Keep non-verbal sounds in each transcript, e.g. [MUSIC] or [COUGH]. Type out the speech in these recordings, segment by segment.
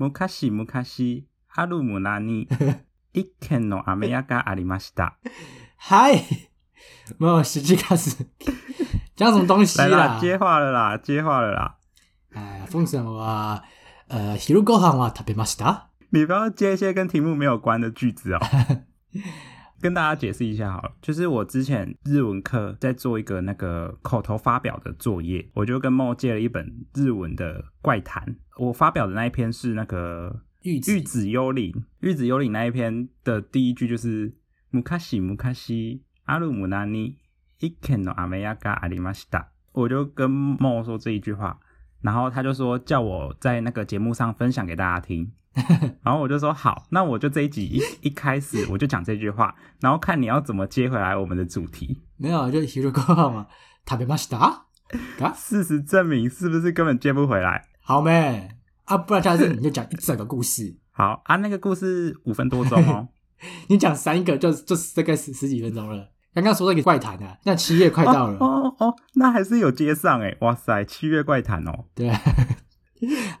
昔々、ある村に、一軒の飴屋がありました。嗨，没有十七 [LAUGHS] 开始讲什么东西来啦啦，？接话了啦，接话了啦！哎，风神は呃，昼ご飯は食べました。你不要接一些跟题目没有关的句子哦。跟大家解释一下好了，就是我之前日文课在做一个那个口头发表的作业，我就跟梦借了一本日文的怪谈。我发表的那一篇是那个玉《玉子幽灵》，《玉子幽灵》那一篇的第一句就是“昔々昔ある村に一軒の飴屋がありました”，我就跟梦说这一句话，然后他就说叫我在那个节目上分享给大家听，然后我就说好，那我就这一集一一开始我就讲这句话，然后看你要怎么接回来我们的主题。没有，就昼ご飯は食べました。が事实证明是不是根本接不回来？好没啊，不然下次你就讲一整个故事， [LAUGHS] 好啊，那个故事五分多钟哦。你讲三个就就大概十十几分钟了。刚刚说那个怪谈啊，那七月快到了，哦哦哦，那还是有接上哎，哇塞，七月怪谈哦，对， [LAUGHS]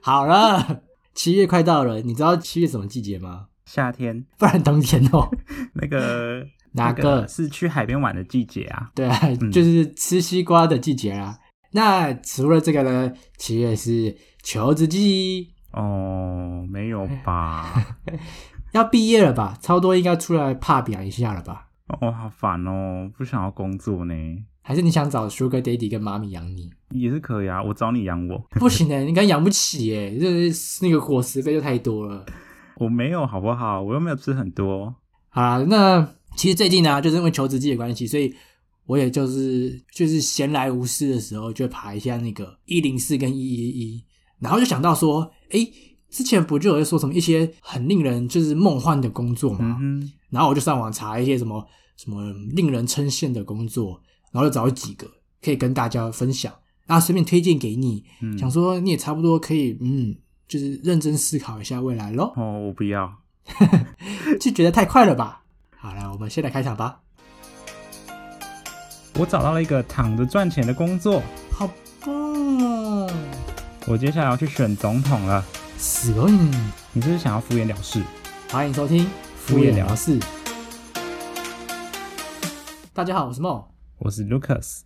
好了，七月快到了，你知道七月什么季节吗？夏天不然冬天哦。那个 [LAUGHS] 哪那个？是去海边玩的季节啊？对啊，就是吃西瓜的季节啦。那除了这个呢，七月是求职季，哦，没有 [LAUGHS] 吧？要毕业了吧？超多应该出来怕表一下了吧？哦，好烦哦，不想要工作呢，还是你想找 Sugar Daddy 跟妈咪养你？也是可以啊，我找你养我，不行的，你该养不起耶，就是那个伙食费就太多了。我没有好不好？我又没有吃很多。好啦，那其实最近呢、就是因为求职季的关系，所以我也就是就是闲来无事的时候，就爬一下那个一零四跟一一一，然后就想到说，诶，之前不就有说什么一些很令人就是梦幻的工作嗯嘛？哼，然后我就上网查一些什么什么令人称羡的工作，然后就找几个可以跟大家分享，那顺便推荐给你，嗯想说你也差不多可以，嗯，就是认真思考一下未来咯。 [LAUGHS] 哦，我不要。就觉得太快了吧？好了，我们现在开场吧。我找到了一个躺着赚钱的工作，好棒！哦我接下来要去选总统了。死亡，你是不是想要敷衍了事？欢迎收听敷衍了事。大家好，我是梦。我是 Lucas。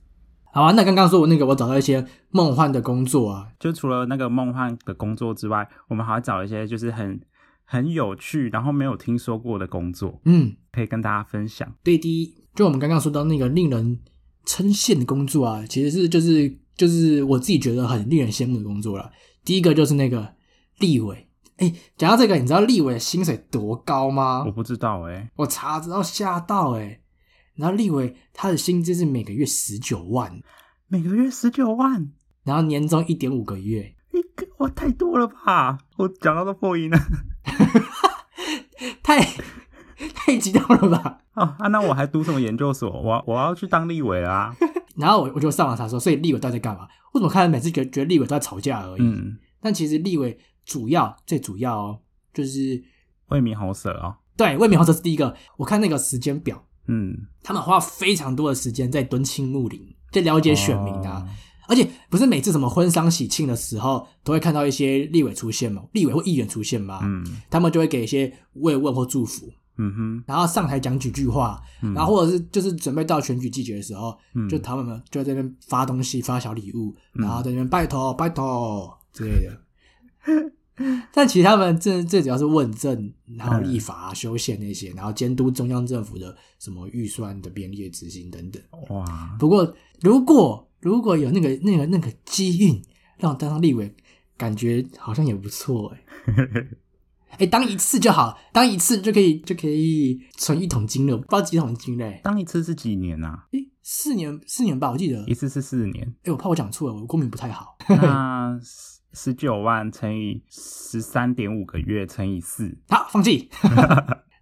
好啊，那刚刚说我那个，我找到一些梦幻的工作啊，就除了那个梦幻的工作之外，我们还要找一些就是很很有趣，然后没有听说过的工作，嗯，可以跟大家分享。对的，就我们刚刚说到那个令人称羡的工作啊，其实是就是就是我自己觉得很令人羡慕的工作了。第一个就是那个立委，哎，讲到这个，你知道立委的薪水多高吗？我不知道哎、我查知道吓到哎、然后立伟他的薪资是每个月十九万，每个月十九万，然后年终一点五个月，你给我太多了吧？我讲到都破音了太 [LAUGHS] 太激动了吧？哦啊！那我还读什么研究所？我我要去当立委 [LAUGHS] 啦、然后我我就上网查说，所以立伟到底在干嘛？我怎么看每次觉得觉得立伟都在吵架而已？嗯，但其实立伟主要最主要哦，就是为民喉舌哦。对魏明豪这是第一个，我看那个时间表，嗯，他们花非常多的时间在敦亲睦邻，在了解选民啊。哦而且不是每次什么婚丧喜庆的时候都会看到一些立委出现嘛，立委或议员出现嘛，哦。嗯他们就会给一些慰问或祝福，嗯哼然后上台讲几句话，嗯然后或者是就是准备到选举季节的时候，嗯，就他们就在那边发东西、发小礼物，嗯然后在那边拜托、拜 [LAUGHS] 托之类的。但其实他们最最主要是问政，然嗯后立法、啊修宪那些，然后监督中央政府的什么预算的编列执行等等。哇，不过，如果如果有那个那个那个机运，让我当上立委，感觉好像也不错哎、 [LAUGHS] 哎、当一次就好，当一次就可以就可以存一桶金了，不知道几桶金嘞、哎、当一次是几年啊？四年四年吧，我记得。一哎、次是四年，我怕我讲错了，我公民不太好。 [LAUGHS] 那十九万乘以十三点五个月乘以四，好，[LAUGHS] 放弃。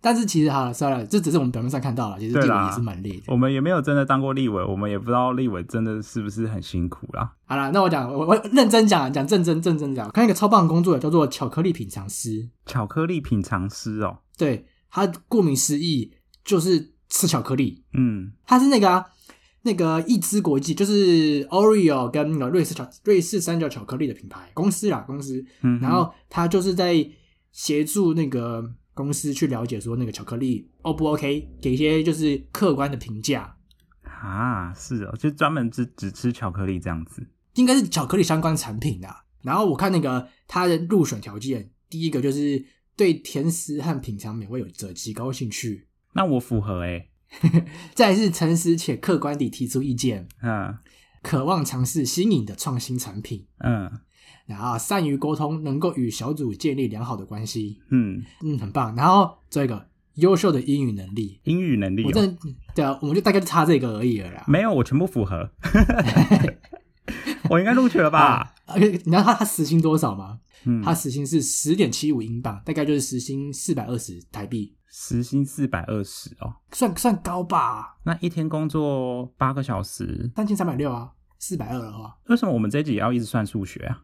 但是其实好了，算了，这只是我们表面上看到了，其实对立委啦也是蛮累的。我们也没有真的当过立委，我们也不知道立委真的是不是很辛苦啦。好了，那我讲，我我认真讲，讲认真认真讲。我看一个超棒的工作，叫做巧克力品尝师。巧克力品尝师哦，对，他顾名思义就是吃巧克力，嗯他是那个啊，那个一之国际就是 Oreo 跟那个瑞士巧瑞士三角巧克力的品牌公司啦，公司，嗯哼然后他就是在协助那个公司去了解说那个巧克力 O 不 OK，给一些就是客观的评价，啊，是哦，就专门只只吃巧克力这样子。应该是巧克力相关产品啦。然后我看那个它的入选条件，第一个就是对甜食和品尝美味有着极高兴趣，那我符合哎、 [LAUGHS] 再来是诚实且客观地提出意见，嗯渴望尝试新颖的创新产品。嗯然后善于沟通，能够与小组建立良好的关系，嗯，嗯，很棒。然后这个优秀的英语能力，英语能力、我哦、真的对啊，我们就大概就差这个而已了啦。没有，我全部符合。 [LAUGHS] 我应该录取了 [LAUGHS] 吧？啊而且你知道他他时薪多少吗？嗯，他时薪是十点七五英镑，大概就是时薪四百二十台币，时薪四百二十哦，算算高吧，那一天工作八个小时，三千三百六啊，四百二的话。为什么我们这一集也要一直算数学啊？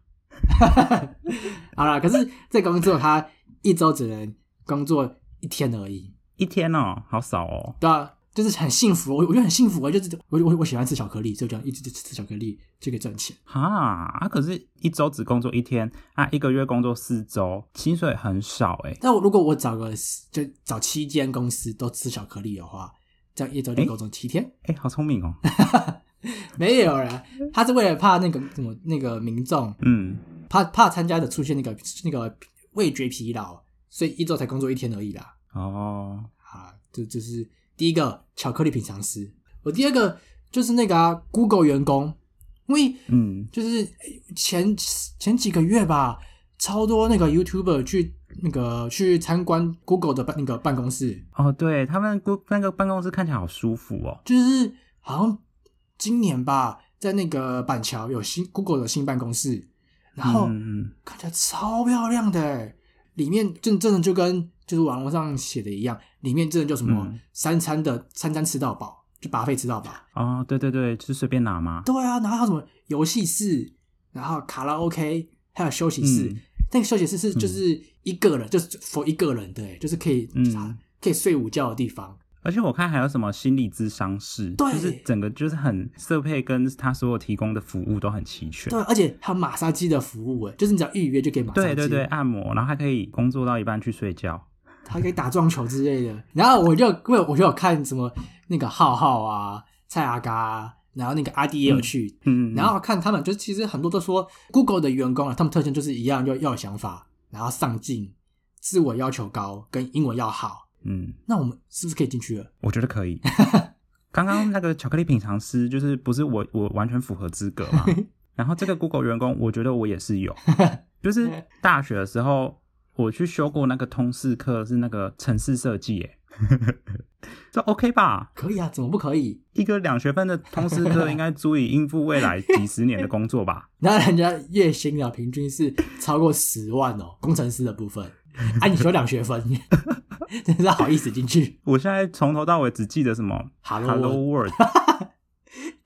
好啦，可是这工作他一周只能工作一天而已，一天哦，好少哦。对啊，就是很幸福，我我觉得很幸福啊，就是我我我喜欢吃巧克力，所以我这样一直吃吃巧克力就可以赚钱。哈啊，可是一周只工作一天啊，一个月工作四周，薪水很少哎。但我如果我找个就找七间公司都吃巧克力的话，这样一周就够做七天。 [LAUGHS] 哎，好聪明哦。没有啦，他是为了怕那个什么那个民众嗯，怕怕参加者出现那个那个味觉疲劳，所以一周才工作一天而已啦。哦，啊，这这是第一个巧克力品尝师。我第二个就是那个、啊、Google 员工，因为嗯，就是哎前前几个月吧，超多那个 YouTuber 去那个去参观 Google 的办那个办公室，哦，对他们公那个办公室看起来好舒服哦。就是好像今年吧，在那个板桥有新 Google 的新办公室，然后嗯，嗯看起来超漂亮的欸，里面真真的就跟就是网络上写的一样，里面真的就什么嗯三餐的三餐吃到饱，就把费吃到饱。嗯哦，对对对，就是随便拿嘛。对啊，然后还有什么游戏室，然后卡拉 OK，还有休息室。嗯那个休息室是就是一个人，就是 for 一个人的欸，就是可以、嗯可以睡午觉的地方。而且我看还有什么心理咨商室，对就是整个就是很设备跟他所有提供的服务都很齐全。对，啊而且还有马杀鸡的服务，哎，就是你只要预约就可以马杀鸡。对对对，按摩，然后还可以工作到一半去睡觉。他可以打撞球之类的。然后我就因为我就有看什么那个浩浩啊、蔡阿嘎、啊，然后那个阿弟也有去，嗯，然后看他们就其实很多都说 Google 的员工啊，他们特性就是一样，要要有想法，然后上进、自我要求高，跟英文要好。嗯，那我们是不是可以进去了？我觉得可以。刚刚那个巧克力品尝师就是不是我我完全符合资格嘛？然后这个 Google 员工，我觉得我也是有，就是大学的时候我去修过那个通识课，是那个城市设计，耶，这 OK 吧？可以啊，怎么不可以？一个两学分的通识课应该足以应付未来几十年的工作吧？然后人家月薪啊，平均是超过十万哦，工程师的部分。啊，你修两学分， [LAUGHS] 真是好意思进去？我现在从头到尾只记得什么 Hello Hello World，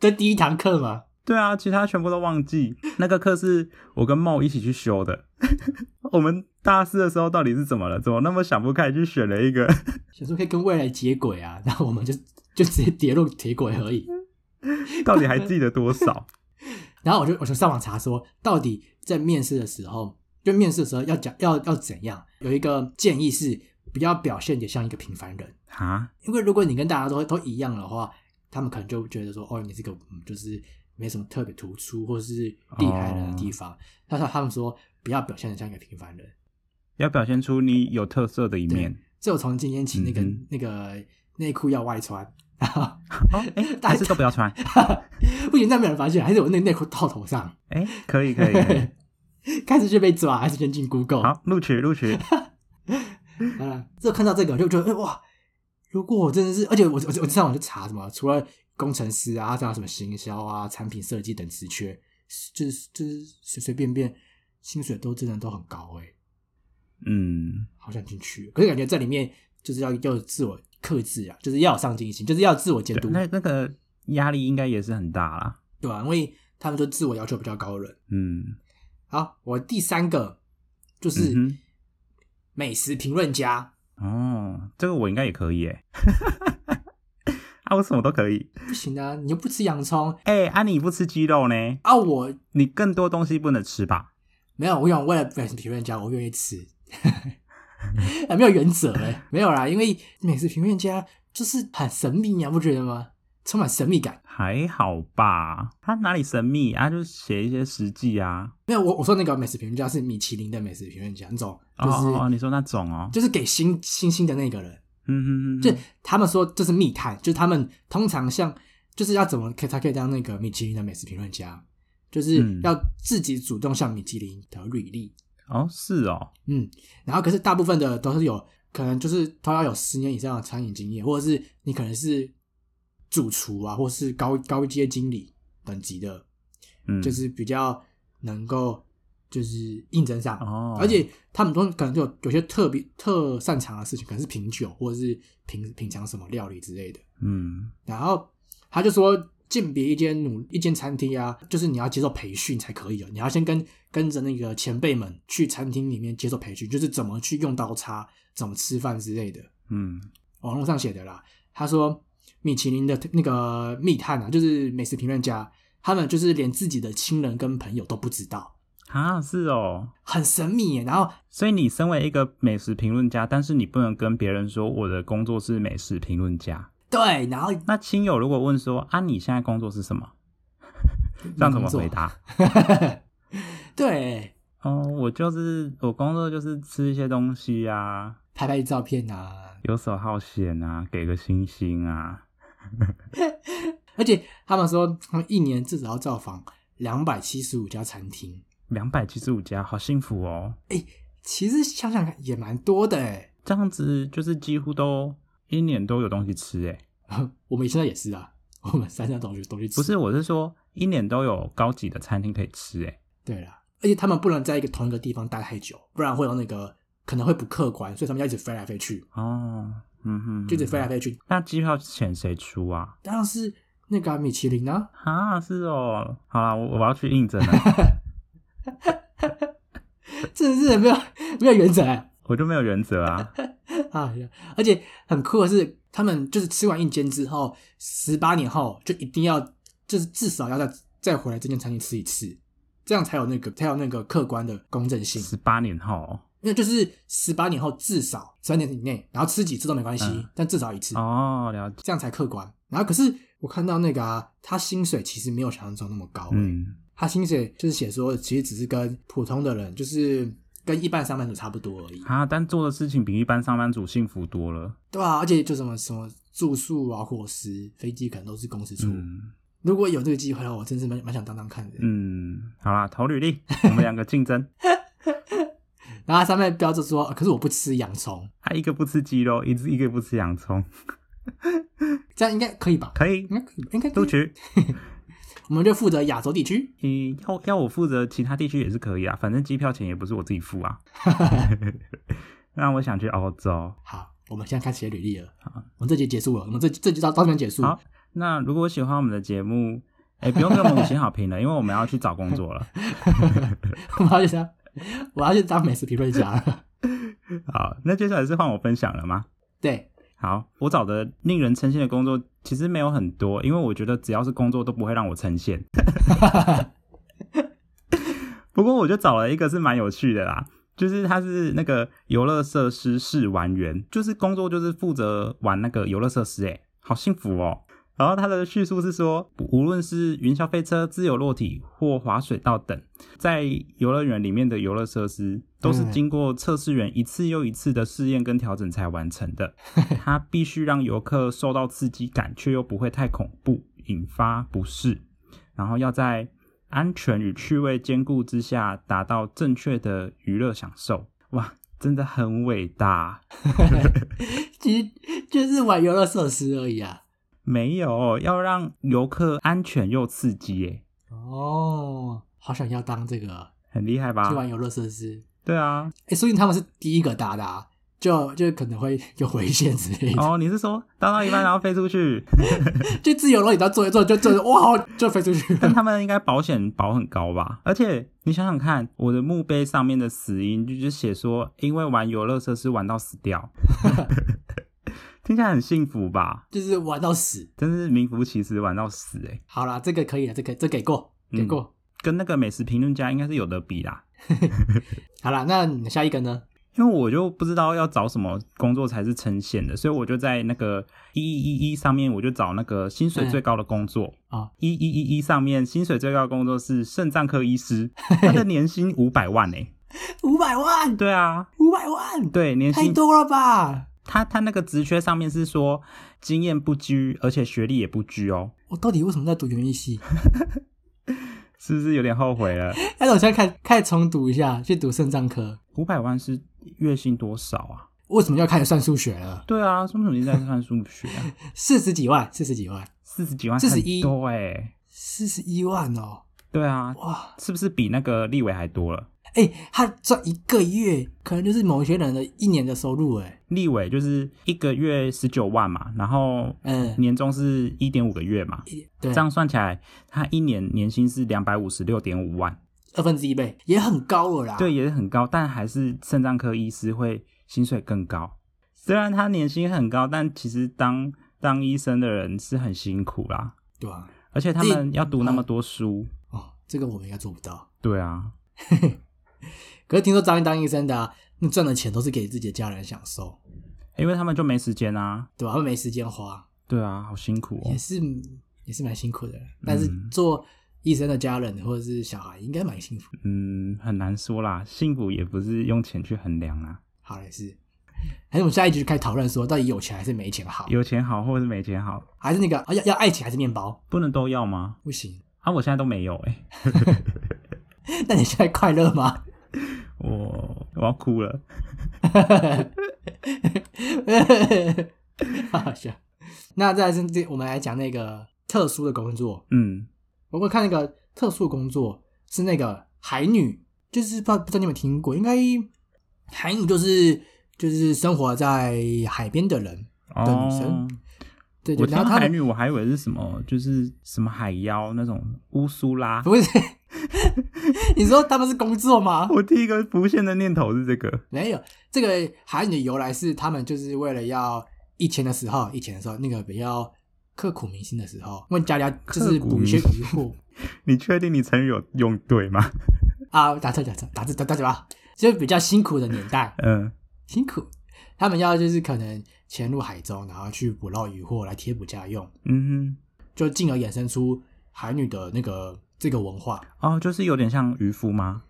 这第一堂课嘛，对啊，其他全部都忘记。那个课是我跟茂一起去修的。 [LAUGHS] 我们大四的时候到底是怎么了？怎么那么想不开去选了一个？想说可以跟未来接轨啊，然后我们就就直接跌入铁轨而已。到底还记得多 [LAUGHS] 少？然后我就我就上网查说，到底在面试的时候，就面试的时候要讲要要怎样，有一个建议是不要表现得像一个平凡人，啊，因为如果你跟大家都都一样的话，他们可能就觉得说，哦，你这个嗯就是没什么特别突出或是厉害的哦地方。但是他们说不要表现得像一个平凡人，要表现出你有特色的一面。所以我从今天起那个、嗯哼那个内裤要外穿。然后哦，哎、 [LAUGHS] 还是都不要穿。不行，那没有人发现，还是我那内裤套头上。哎、可以可以可 [LAUGHS] 以。 [LAUGHS] 开始就被抓，还是先进 Google。好，录取录 [LAUGHS] 取。啊，这看到这个我就觉得，哎哇，如果我真的是，而且我我我上网就查什么，除了工程师啊，还有什么行销啊、产品设计等职缺，就是就是随随便便薪水都真的都很高哎、嗯，好想进去。可是感觉在里面就是要要有自我克制啊，就是要有上进心，就是要自我监督对，，那那个压力应该也是很大啦。对吧、因为他们都自我要求比较高的人。嗯，好，我第三个就嗯是哼美食评论家。哦，这个我应该也可以诶。 [LAUGHS] 啊，我什么都可以。不行啊，你又不吃洋葱哎、啊，你不吃鸡肉呢？啊，我你更多东西不能吃吧？没有，我想为了评论家，我愿意吃， [LAUGHS] 啊，没有原则哎，没有啦，因为美食评论家就是很神秘，你不觉得吗？充满神秘感。还好吧，他哪里神秘啊？就写一些实际啊。没有，我我说那个美食评论家是米其林的美食评论家，那种就是、哦哦哦，你说那种哦，就是给星星星的那个人，嗯嗯嗯，就他们说这是密探，就是他们通常像就是要怎么可以才可以当那个米其林的美食评论家，就是嗯要自己主动向米其林投履历，哦是哦，嗯，然后可是大部分的都是有可能就是都要有十年以上的餐饮经验，或者是你可能是主厨啊，或是高高阶经理等级的，嗯，就是比较能够就是应征上，哦，而且他们都可能就有有些特别特擅长的事情，可能是品酒或者是品品尝什么料理之类的。嗯然后他就说，鉴别一间努一间餐厅啊，就是你要接受培训才可以哦，你要先跟跟着那个前辈们去餐厅里面接受培训，就是怎么去用刀叉，怎么吃饭之类的。哦嗯网络上写的啦。他说，米其林的那个密探啊，就是美食评论家，他们就是连自己的亲人跟朋友都不知道，啊是哦，很神秘耶。然后所以你身为一个美食评论家，但是你不能跟别人说我的工作是美食评论家。对，然后 [LAUGHS] 那亲友如果问说啊，你现在工作是什么？ [LAUGHS] 这样怎么回答？对，哦，我就是我工作就是吃一些东西啊，拍拍照片啊，游手好闲啊，给个星星啊。而且他们说他们一年至少要造访两百七十五家餐厅，两百七十五家，好幸福哦！其实想想看也蛮多的哎。这样子就是几乎都一年都有东西吃诶。 [LAUGHS] 我们现在也是啊，我们三家都去都去吃。不，是，我是说一年都有高级的餐厅可以吃欸诶。对啦，而且他们不能在一个同一个地方待太久，不然会有那个可能会不客观，所以他们要一直飞来飞去，哦，嗯哼，就一直飞来飞去。那机票钱谁出啊？当然是那个啊、米其林啊， [LAUGHS] 啊，是哦，好啦，我我要去应征了，真的是没有没有原则哎我就没有原则 [LAUGHS] 啊。啊！而且很酷的是，他们就是吃完一间之后，十八年后就一定要就是至少要再再回来这间餐厅吃一次，这样才有那个才有那个客观的公正性。十八年后因为就是十八年后至少三年以内，然后吃几次都没关系，嗯但至少一次。哦，了解，这样才客观。然后可是我看到那个啊，他薪水其实没有想象中那么高、嗯，嗯他薪水就是写说，其实只是跟普通的人，就是跟一般上班族差不多而已，啊，但做的事情比一般上班族幸福多了。对啊？而且就什么什么住宿啊、伙食、飞机可能都是公司出。嗯如果有这个机会的话，我真是蛮蛮想当当看的。嗯，好啦，投履历，我们两个竞争，然后他上面标着说、呃可是我不吃洋葱，啊，一个不吃鸡肉，一一个不吃洋葱，这样应该可以吧？可以应该可以，应该可录以。取。我们就负责亚洲地区，嗯，要要我负责其他地区也是可以啊，反正机票钱也不是我自己付啊。那我想去欧洲。好，我们现在开始写履历了。我们这集结束了，我们这这集到到这边结束。好那如果喜欢我们的节目，哎、不用给我们五星好评了，因为我们要去找工作了。 [LAUGHS] 我要去当，我要去当美食评论家了。好，那接下来是换我分享了吗？对，好，我找的令人称羡的工作其实没有很多，因为我觉得只要是工作都不会让我称羡。不过我就找了一个是蛮有趣的啦，就是他是那个游乐设施试玩员，就是工作就是负责玩那个游乐设施、欸，好幸福哦。然后他的叙述是说，无论是云霄飞车、自由落体或滑水道等，在游乐园里面的游乐设施，都是嗯经过测试员一次又一次的试验跟调整才完成的。它必须让游客受到刺激感，却又不会太恐怖，引发不适。然后要在安全与趣味兼顾之下，达到正确的娱乐享受。哇，真的很伟大！其实就是玩游乐设施而已啊。没有，要让游客安全又刺激，耶，哦，好想要当这个很厉害去吧？玩游乐设施。对啊。哎、说不定他们是第一个答的、啊，就就可能会有危险之类的。哦，你是说搭到一半然后飞出 [LAUGHS] 去？就自由落体到坐一坐就坐着，哇，就飞出去但了。他们应该保险保很高吧？而且你想想看，我的墓碑上面的 [LAUGHS] 死因就是写说，因为玩游乐设施玩到死掉，听起来很幸福吧？就是玩到死。真是名副其实玩到死哎、好啦，这个可以了，这个这给过，给过。跟那个美食评论家应该是有得比啦。好啦，那你下一个呢？因为我就不知道要找什么工作才是称羡的，所以我就在那个一一一上面，我就找那个薪水最高的工作嗯啊。一一一一上面薪水最高的工作是肾脏科医 [LAUGHS] 师，他的年薪五百万哎、五百万，对啊，五百万，对，年太薪多了吧？他他那个职缺上面是说经验不拘，而且学历也不拘哦，我到底为什么在读园艺系？是不是有点后悔了？哎，那我现在开开始重读一下，去读肾脏科。五百万是月薪多少啊？为什么要开始算数学了？对啊，说明你在看数学、啊，四十几万，四十几万，四十几万， 41多哎、四十一万哦！对啊，哇，是不是比那个立伟还多了？哎、他赚一个月，可能就是某些人的一年的收入哎。立伟就是一个月十九万嘛，然后嗯，年终是一点五个月嘛，这，对样算起来，他一年年薪是两百五十六点五万，二分之一倍也很高了啦。对，，也是很高，但还是肾脏科医师会薪水更高。虽然他年薪很高，但其实当当医生的人是很辛苦啦，对啊。而且他们要读那么多书，哦，这个我们应该做不到。对啊，可是听说当当医生的、啊，那赚的钱都是给自己的家人享受，因为他们就没时间啊，对吧、他们没时间花，对啊，好辛苦哦嗯也。是也是蛮辛苦的。但是做医生的家人或者是小孩，应该蛮幸福的。嗯，很难说啦，幸福也不是用钱去衡量啊啦，好也是。还是我们下一集就开始讨论说，到底有钱还是没钱好？有钱好或者是没钱好，还是那个啊要要爱情还是面包？不能都要吗？不行。 [LAUGHS] 啊，我现在都没有哎、那你现在快乐吗？ [LAUGHS] 我我要哭了。好笑。那再来是这，我们来讲那个特殊的工作。嗯，我会看那个特殊的工作是那个海女，就是不知道不知道你有没有听过，应该海女就是就是生活在海边的人，的女哦生，对我对，听然后她海的女，我还以为是什么，就是什么海妖那种乌苏拉。不是， [LAUGHS] 你说他们是工作吗？我第一个浮现的念头是这个，没有，这个海女的由来是他们就是为了要以前的时候，以前的时候那个比较刻骨铭心的时候，问大家就是刻骨捕一些铭心鱼货。你确定你成语有用对吗？ [LAUGHS] 啊，打错打错打字打打嘴巴，就是比较辛苦的年代，嗯，辛苦。他们要就是可能潜入海中，然后去捕捞渔获来贴补家用，嗯就进而衍生出海女的那个这个文化，哼，哦，就是有点像渔夫吗？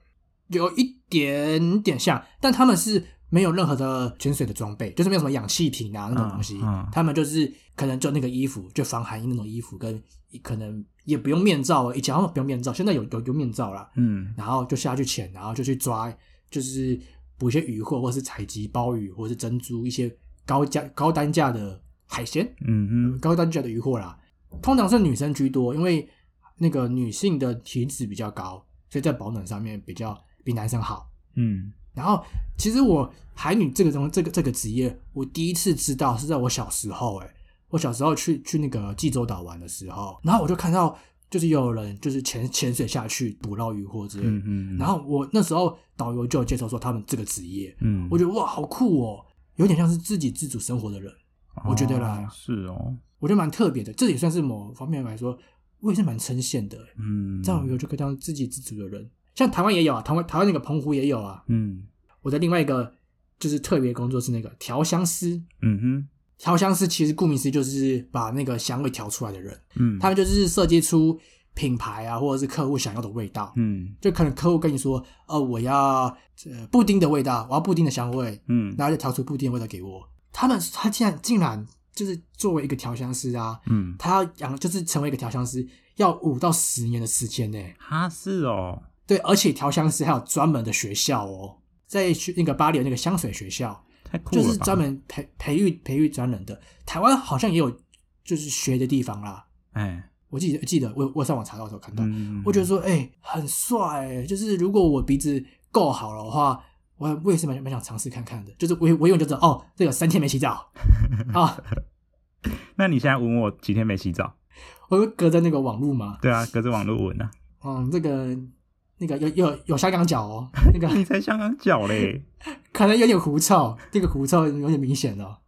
有一点点像，但他们是没有任何的潜水的装备，就是没有什么氧气瓶啊那种东西，嗯嗯他们就是可能就那个衣服，就防寒衣那种衣服，跟可能也不用面罩，啊以前好像不用面罩，现在有有有面罩啦，嗯，然后就下去潜，然后就去抓，就是捕一些鱼货，或是采集鲍鱼，或是珍珠一些高价高单价的海鲜，嗯高单价的鱼货啦。通常是女生居多，因为那个女性的体脂比较高，所以在保暖上面比较比男生好。哼，嗯，然后其实我海女这个东这个这个职业，我第一次知道是在我小时候、欸，我小时候去去那个济州岛玩的时候，然后我就看到就是有人就是潜潜水下去捕捞渔获之类的，嗯嗯，然后，后我那时候导游就有介绍说他们这个职业，嗯，我觉得哇好酷哦，有点像是自给自足生活的人，我觉得啦哦是哦，我觉得蛮特别的。这也算是某方面来说，我也是蛮称羡的。欸嗯，这样有就可以当自给自足的人，像台湾也有啊，台湾台湾那个澎湖也有啊。嗯我的另外一个就是特别工作是那个调香师，嗯哼，调香师其实顾名思义就是把那个香味调出来的人，嗯，他，们就是设计出品牌啊或者是客户想要的味道，嗯就可能客户跟你说，呃，我要呃布丁的味道，我要布丁的香味，嗯然后就调出布丁的味道给我。他们他竟然竟然就是作为一个调香师啊，嗯，他要养就是成为一个调香师要五到十年的时间呢。哈是哦，对，而且调香师还有专门的学校哦，在去那个巴黎有那个香水学校，太酷了就吧，是专门培培育培育专人的。台湾好像也有就是学的地方啦，哎，我记得记得我我上网查到的时候看到，嗯，我觉得说，哎、很帅、欸，就是如果我鼻子够好了的话，我我也是蛮蛮想尝试看看的。就是我我永远就知道，哦，这个三天没 [LAUGHS] 洗澡啊，那你现在问我几天没洗澡？我会隔着那个网路嘛，对啊，隔着网络闻啊，嗯，这个那个有有有香港脚哦，那个你才香港 [LAUGHS] 脚嘞， [LAUGHS] 可能有点狐臭，这个狐臭有点明显哦。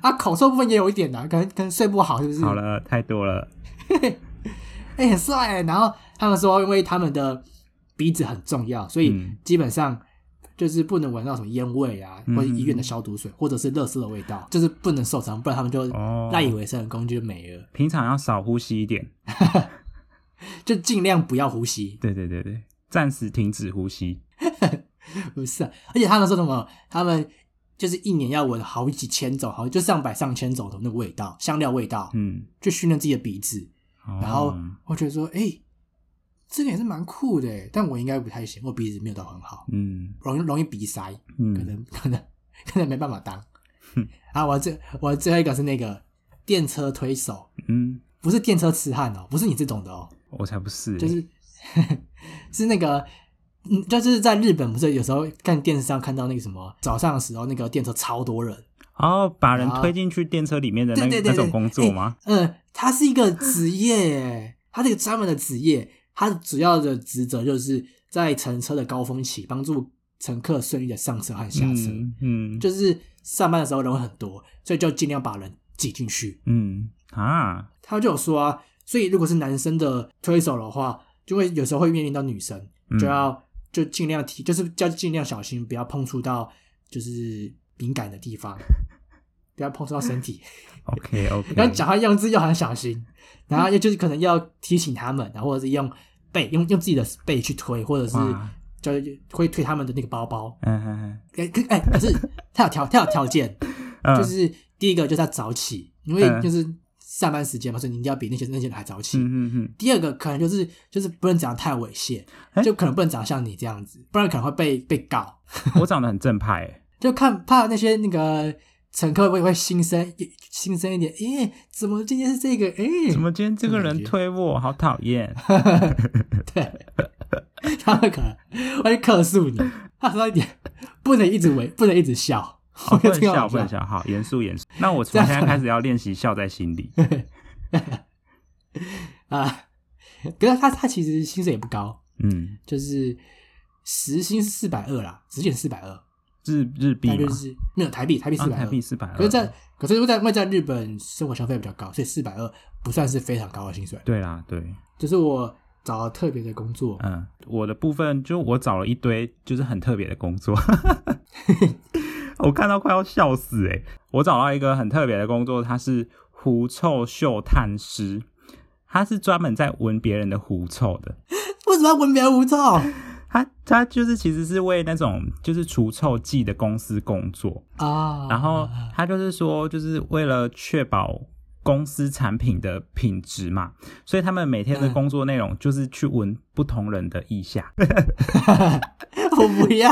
啊，口臭部分也有一点啊的，可能可能睡不好，是不是？好了，太多了。哎、很帅欸、然后他们说，因为他们的鼻子很重要，所以嗯基本上就是不能闻到什么烟味啊，嗯或者医院的消毒水，或者是垃圾的味道，就是不能受伤，不然他们就哦赖以为生的工具就没了，平常要少呼吸一点。就尽量不要呼吸。对对对对，暂时停止呼吸。不是、啊，而且他们说什么？他们就是一年要闻好几千种，好就上百上千种的那个味道，香料味道，嗯，哦就训练自己的鼻子。然然后我觉得说，哎、这个也是蛮酷的欸，但我应该不太行，我鼻子没有到很好，嗯容易容易鼻塞。可嗯，能可能可能没办法当。啊，我最我最后一个是那个电车推手，嗯，不是电车痴汉哦，不是你这种的哦，我才不是欸，就是 [LAUGHS] 是那个。嗯，就是在日本，不是有时候看电视上看到那个什么早上的时候，那个电车超多人。哦，把人啊推进去电车里面的那对对对那对种工作吗？嗯，他是一个职业耶，他是一个专门的职业，他主要的职责就是在乘车的高峰期帮助乘客顺利的上车和下车。嗯嗯就是上班的时候人会很多，所以就尽量把人挤进去。嗯啊，他就有说啊，所以如果是男生的推手的话，就会有时候会面临到女生，嗯就要就尽量提，就是要尽量小心，不要碰触到就是敏感的地方，不要碰触到 [LAUGHS] 身体。 OK OK，然后讲话用字又很小心，然后又就是可能要提醒他们，然后或者是用背用用自己的背去推，或者是哇就是会推他们的那个包包。嗯嗯哎、可哎、可是他有条他有条件。嗯，就是第一个就是要早起，因为嗯就是上班时间嘛，所以你一定要比那些那些人还早起。嗯嗯 [LAUGHS] 嗯，第二个可能就是就是不能长得太猥亵，哎就可能不能长得像你这样子，不然可能会被被告。我长得很正派欸，就看怕那些那个乘客会不会心生心生一点，诶、怎么今天是这个？诶、怎么今天这个人推我，好讨厌。他们可能会客诉 [LAUGHS] 你。他说一点不能一直猥，不能一直笑。哦 [LAUGHS] 我不能觉得 [LAUGHS] 这个啊笑，好不能笑。笑，好，严肃严肃。那我从现在开始要练习笑在心里。啊！可是他他其实薪水也不高，嗯，就是时薪是四百二啦，时薪四百二，日日币但就嘛，是没有台币，台哎币啊四百台二。币四百二。可是在，可是因为在因为在日本生活消费比较高，所以四百二不算是非常高的薪水。对啦，对，就是我找了特别的工作，嗯，我的部分就我找了一堆就是很特别的工作，我看到快要笑死哎、我找到一个很特别的工作，它是狐臭嗅探师，它是专门在闻别人的狐臭的。为什么要闻别人无臭？他他就是其实是为那种就是除臭剂的公司工作，啊？ [LAUGHS] 然后他就是说，就是为了确保公司产品的品质嘛，所以他们每天的嗯工作内容就是去闻不同人的腋下，我不要，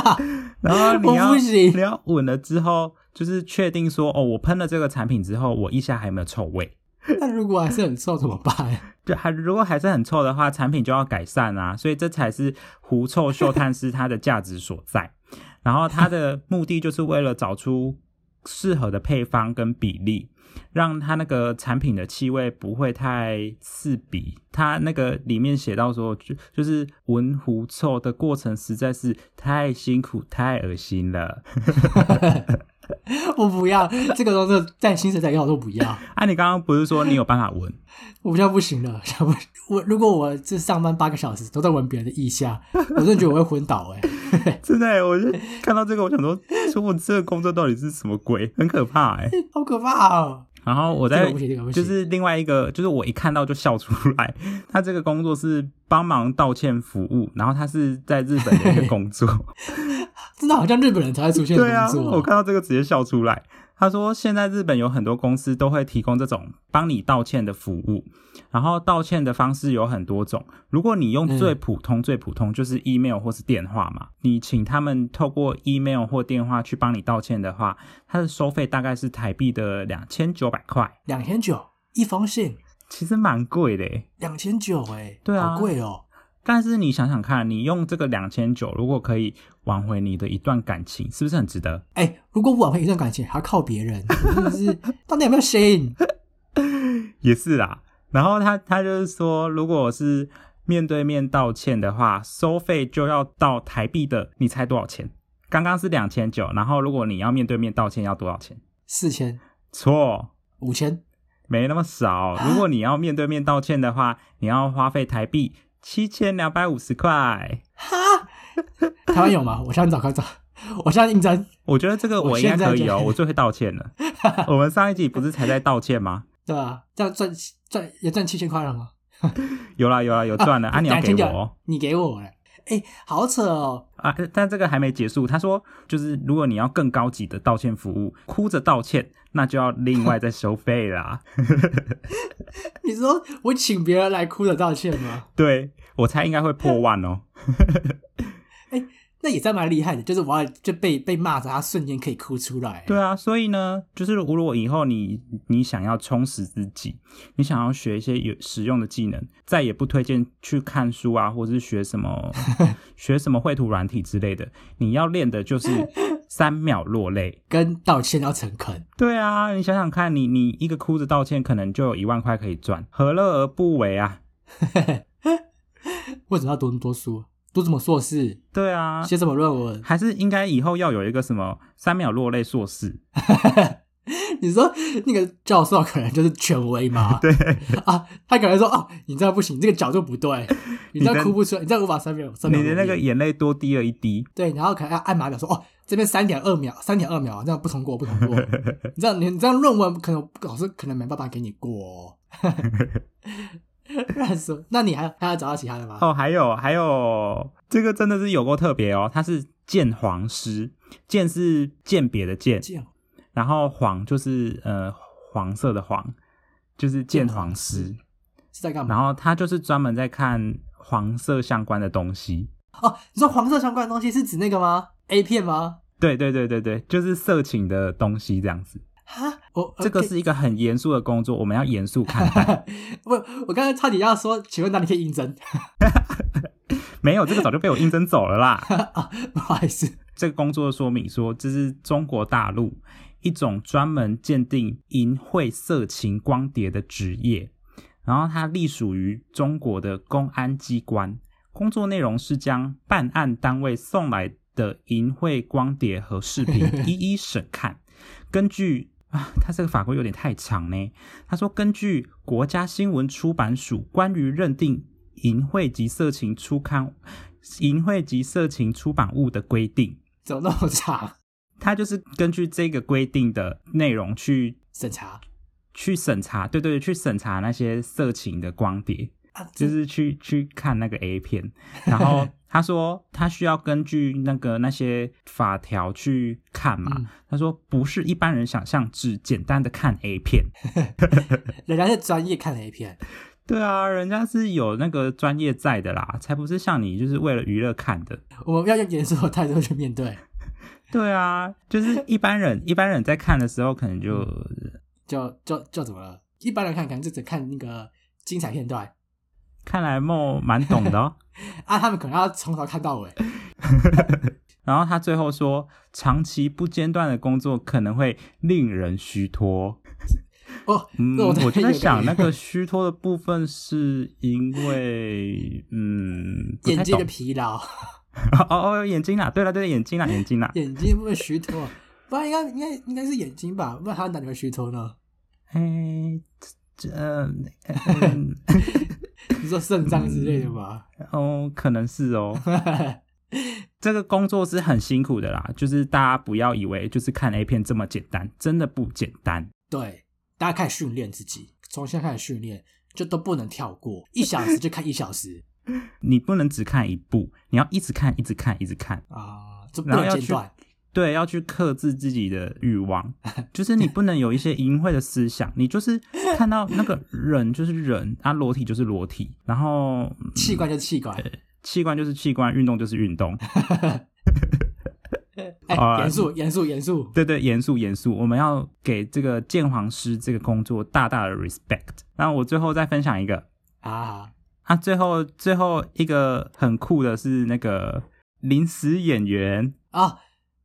然后你我要不行你要闻了之后，就是确定说，哦，我喷了这个产品之后，我腋下还有没有臭味？那如果还是很臭怎么办？就还如果还是很臭的话，产品就要改善啊，所以这才是狐臭 [LAUGHS] 嗅探师它的价值所在。然后它的目的就是为了找出适合的配方跟比例，让它那个产品的气味不会太刺鼻。它那个里面写到说，就就是闻狐臭的过程实在是太辛苦、太恶心了。我不要这个工作，在薪水再高我都不要，啊，你刚刚不是说你有办法 [LAUGHS] 闻？我现在不行了，想不我如果我这上班八个小时都在闻别人的腋下，我真的觉得我会昏倒哎、真的耶，我就看到这个，我想说， [LAUGHS] 说我这个工作到底是什么鬼？很可怕哎。好可怕哦！然后我这在个不行这个不行就是另外一个，就是我一看到就笑出来。 [LAUGHS] 他这个工作是帮忙道歉服务，然后他是在日本的一个工作。真的好像日本人才会出现的对啊，工作、我看到这个直接笑出来。他说，现在日本有很多公司都会提供这种帮你道歉的服务，然后道歉的方式有很多种。如果你用最普通、最普通，就是 email 或是电话嘛，你请他们透过 email 或电话去帮你道歉的话，它的收费大概是台币的两千九百块。两千九一封信，其实蛮贵的耶，两千九哎，对啊好贵哦。但是你想想看，你用这个两千九，如果可以挽回你的一段感情，是不是很值得？哎、如果挽回一段感情还要靠别人， [LAUGHS] 真的是到底有没有心？也是啦。然后他他就是说，如果是面对面道歉的话，收费就要到台币的，你猜多少钱？刚刚是两千九，然后如果你要面对面道歉要多少钱？四千错，五千没那么少。如果你要面对面道歉的话，你要花费台币七千两百五十块。哈，台湾 [LAUGHS] 有吗？我现在找看找，我现在应征，我觉得这个我我应该现在可以就哦，我最会道歉了。我们上一集不是才在道歉吗？对吧？这样赚赚也赚七千块了吗？有啦有啦有赚了啊！你要给两千我九哦你给我嘞，哎，好扯哦，啊！但这个还没结束，他说就是如果你要更高级的道歉服务，哭着道歉，那就要另外再收费啦。 [LAUGHS] 你说我请别人来哭着道 [LAUGHS] 歉吗？对我猜应该会破万哦。那也算蛮厉害的，就是我要就被被骂着，他瞬间可以哭出来。对啊，所以呢，就是如果以后你你想要充实自己，你想要学一些有实用的技能，再也不推荐去看书啊，或者是学什么学什么绘图软体之类的，你要练的就是三秒落泪。跟道歉要诚恳，对啊，你想想看，你你一个哭着道歉，可能就有一万块可以赚，何乐而不为啊？为什么要读那么多书？读什么硕士？对啊，写什么论文？ [LAUGHS] 还是应该以后要有一个什么三秒落泪硕士？你说那个教授可能就是权威 [LAUGHS] 嘛？对啊，他可能说哦，你这样不行，你这个角度 [LAUGHS] 不对，你你这的样哭不出来，你这样无法三秒三秒你落泪。的那个眼泪多滴了一滴，对，然后可能要按码表说哦，这边三点二秒，三点二秒，这样不通过，不通过。 [LAUGHS] 你这样你你这样论文可能老师可能没办法给你过、哦。 [LAUGHS] 乱说，那你还还要找到其他的吗？哦，还有还有，这个真的是有够特别哦，它是鉴黄师，鉴是鉴别的鉴，这样然后黄就是呃黄色的黄，就是鉴黄师，是在干嘛？然后他就是专门在看黄色相关的东西。哦，你说黄色相关的东西是指那个吗？A 片吗？对对对对对，就是色情的东西这样子。哈，哦呃我这个是一个很严肃的工作，我们要严肃看待。我我刚才差点要说，请问哪里可以应征？ [LAUGHS] 没有这个早就被我应征走了啦。啊，不好意思，这个工作的说明说，这是中国大陆一种专门鉴定淫秽色情光碟的职业，然后它隶属于中国的公安机关。工作内容是将办案单位送来的淫秽光碟和视频 [LAUGHS] 一一审看，根据。啊，他这个法规有点太长呢。他说，根据国家新闻出版署关于认定淫秽及色情出刊、淫秽及色情出版物的规定，怎么那么长？它就是根据这个规定的内容去审查去审查，对对对，去审查那些色情的光碟，啊，就这是去去看那个 A 片。然后他说，他需要根据那个那些法条去看嘛。嗯他说，不是一般人想象只简单的看 A 片。人家是专业看 A 片，对啊，人家是有那个专业在的啦，才不是像你就是为了娱乐看的。我们要用严肃的态度去面对，对啊，就是一般人一般人在看的时候，可能就就就就怎么了？一般人看可能就只看那个精彩片段看来梦蛮懂的哦。啊，他们可能要从头看到尾。然后他最后说，长期不间断的工作可能会令人虚脱。哦，嗯，那我就就在想，那个虚脱的部分是因为，嗯，不眼太睛懂的。疲劳， [LAUGHS] [LAUGHS] 哦哦，眼睛啦，对了对了，眼睛啦，眼睛啦。眼睛会虚脱，不然应该应该应该是眼睛吧？不然他哪里会虚脱呢？哎，这这呃嗯 [LAUGHS] 你说肾脏之类的吧？ [LAUGHS] 哦，可能是哦。这个工作是很辛苦的啦，就是大家不要以为就是看 A 片这么简单，真的不简单。对，大家开始训练自己，从现在开始训练，就都不能跳过，一小时就看一小时你不能只看一部，你要一直看，一直看，一直看。啊，就不然后能要间断。对，要去克制自己的欲望，就是你不能有一些淫秽的思想。你就是看到那个人就是人，啊，裸体就是裸体，然后嗯器官就是器官，器官就是器官，运动就是运动。哎、好啊严肃严肃严肃，对对，严肃严肃，我们要给这个鉴黄师这个工作大大的 respect。那我最后再分享一个啊，啊，最后最后一个很酷的是那个临时演员，啊，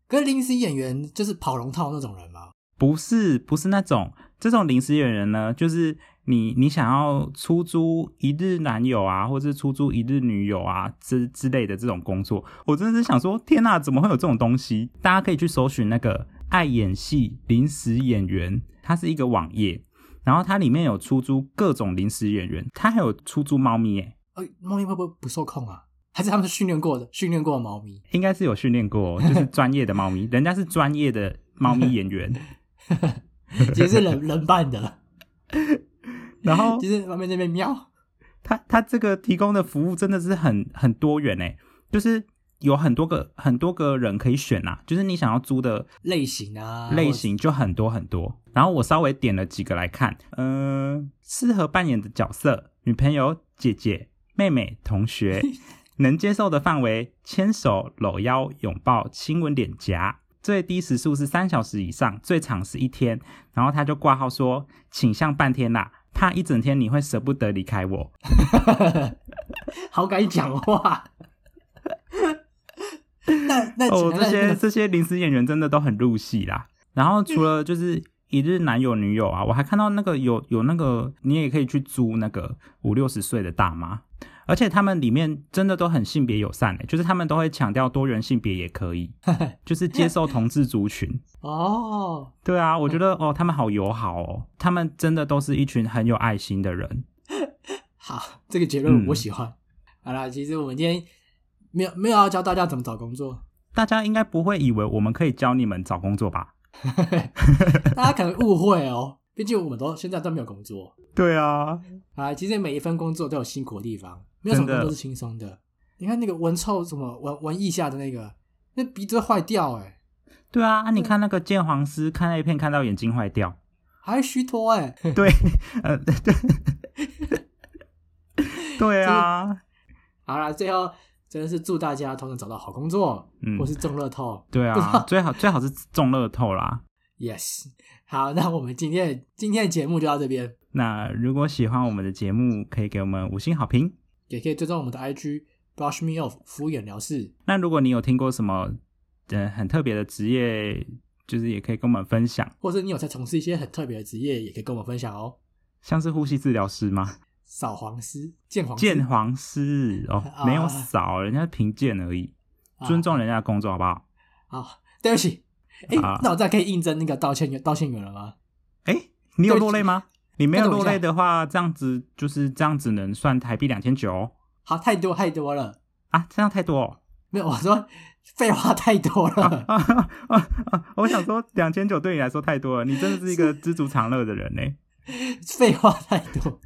跟临时演员就是跑龙套那种人吗？不是不是那种这种临时演员呢，就是你你想要出租一日男友啊，或是出租一日女友啊之之类的这种工作，我真的是想说，天呐，怎么会有这种东西？大家可以去搜寻那个爱演戏临时演员，它是一个网页，然后它里面有出租各种临时演员，它还有出租猫咪、耶，呃，猫咪会不会不受控啊？还是他们是训练过的？训练过的猫咪？应该是有训练过哦，就是专业的猫咪，人家是专业的猫咪演员，其实是人人扮的，然后就是旁边那边喵。它它这个提供的服务真的是很很多元诶，就是有很多个很多个人可以选啦、就是你想要租的类型啊，类型就很多很多。然后我稍微点了几个来看，嗯、适合扮演的角色，女朋友、姐姐、妹妹、同学，能接受的范围，牵手、搂腰、拥抱、亲吻脸颊。最低时速是三小时以上，最长是一天。然后他就挂号说，倾向半天啦、怕一整天你会舍不得离开我。好敢讲 [LAUGHS] 话。那那哦，请这问那些个这些临时演员真的都很入戏啦。然后除了就是一日男友女友啊，我还看到那个有有那个你也可以去租那个五六十岁的大妈，而且他们里面真的都很性别友善诶、欸就是他们都会强调多元性别也可以，就是接受同志族群。 [LAUGHS] 哦，对啊，我觉得哦，他们好友好哦，他们真的都是一群很有爱心的人。好，这个结论嗯我喜欢。好啦，其实我们今天没有没有要教大家怎么找工作，大家应该不会以为我们可以教你们找工作吧？大家可能误会哦。毕竟我们都现在都没有工作对啊，啊，其实每一份工作都有辛苦的地方，没有什么真的工作是轻松的。你看那个文臭什么文文艺下的那个，那鼻子会坏掉哎、对啊，啊你看那个鉴黄师看 A 片看到眼睛坏掉。还虚脱哎、对，呃，对， [LAUGHS] 对 [LAUGHS] 啊，好啦，最后真的是祝大家都能找到好工作，嗯或是中乐透。对不知道啊，最好最好是中乐透啦。 Yes，好， [LAUGHS] 那我们今天的今天的节目就到这边，那如果喜欢我们的节目，可以给我们五星好评。也可以追踪我们的 IG brush me off 敷衍了事。那如果你有听过什么呃很特别的职业，就是也可以跟我们分享，或者你有在从事一些很特别的职业，也可以跟我们分享哦。像是呼吸治疗师吗？扫黄师、鉴黄师、鉴黄师哦，没有少，人家评鉴而已，啊尊重人家的工作好不好？啊，对不起，哎、啊那我再可以应征那个道歉员、道歉员了吗？哎，你有对落泪吗？你没有那等落我一下泪的话，这样子就是这样，只能算台币两千九哦好，太多太多了，啊，这样太多、哦。没有，我说废话太 [LAUGHS] 多了。啊啊啊啊！ [LAUGHS] 我想说，两千九对你来说太多了，你真的是一个知足常乐的人呢。废话太多。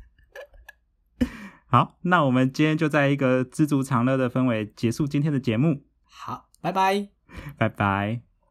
好，那我们今天就在一个知足常乐的氛围结束今天的节目，好，拜拜。拜拜。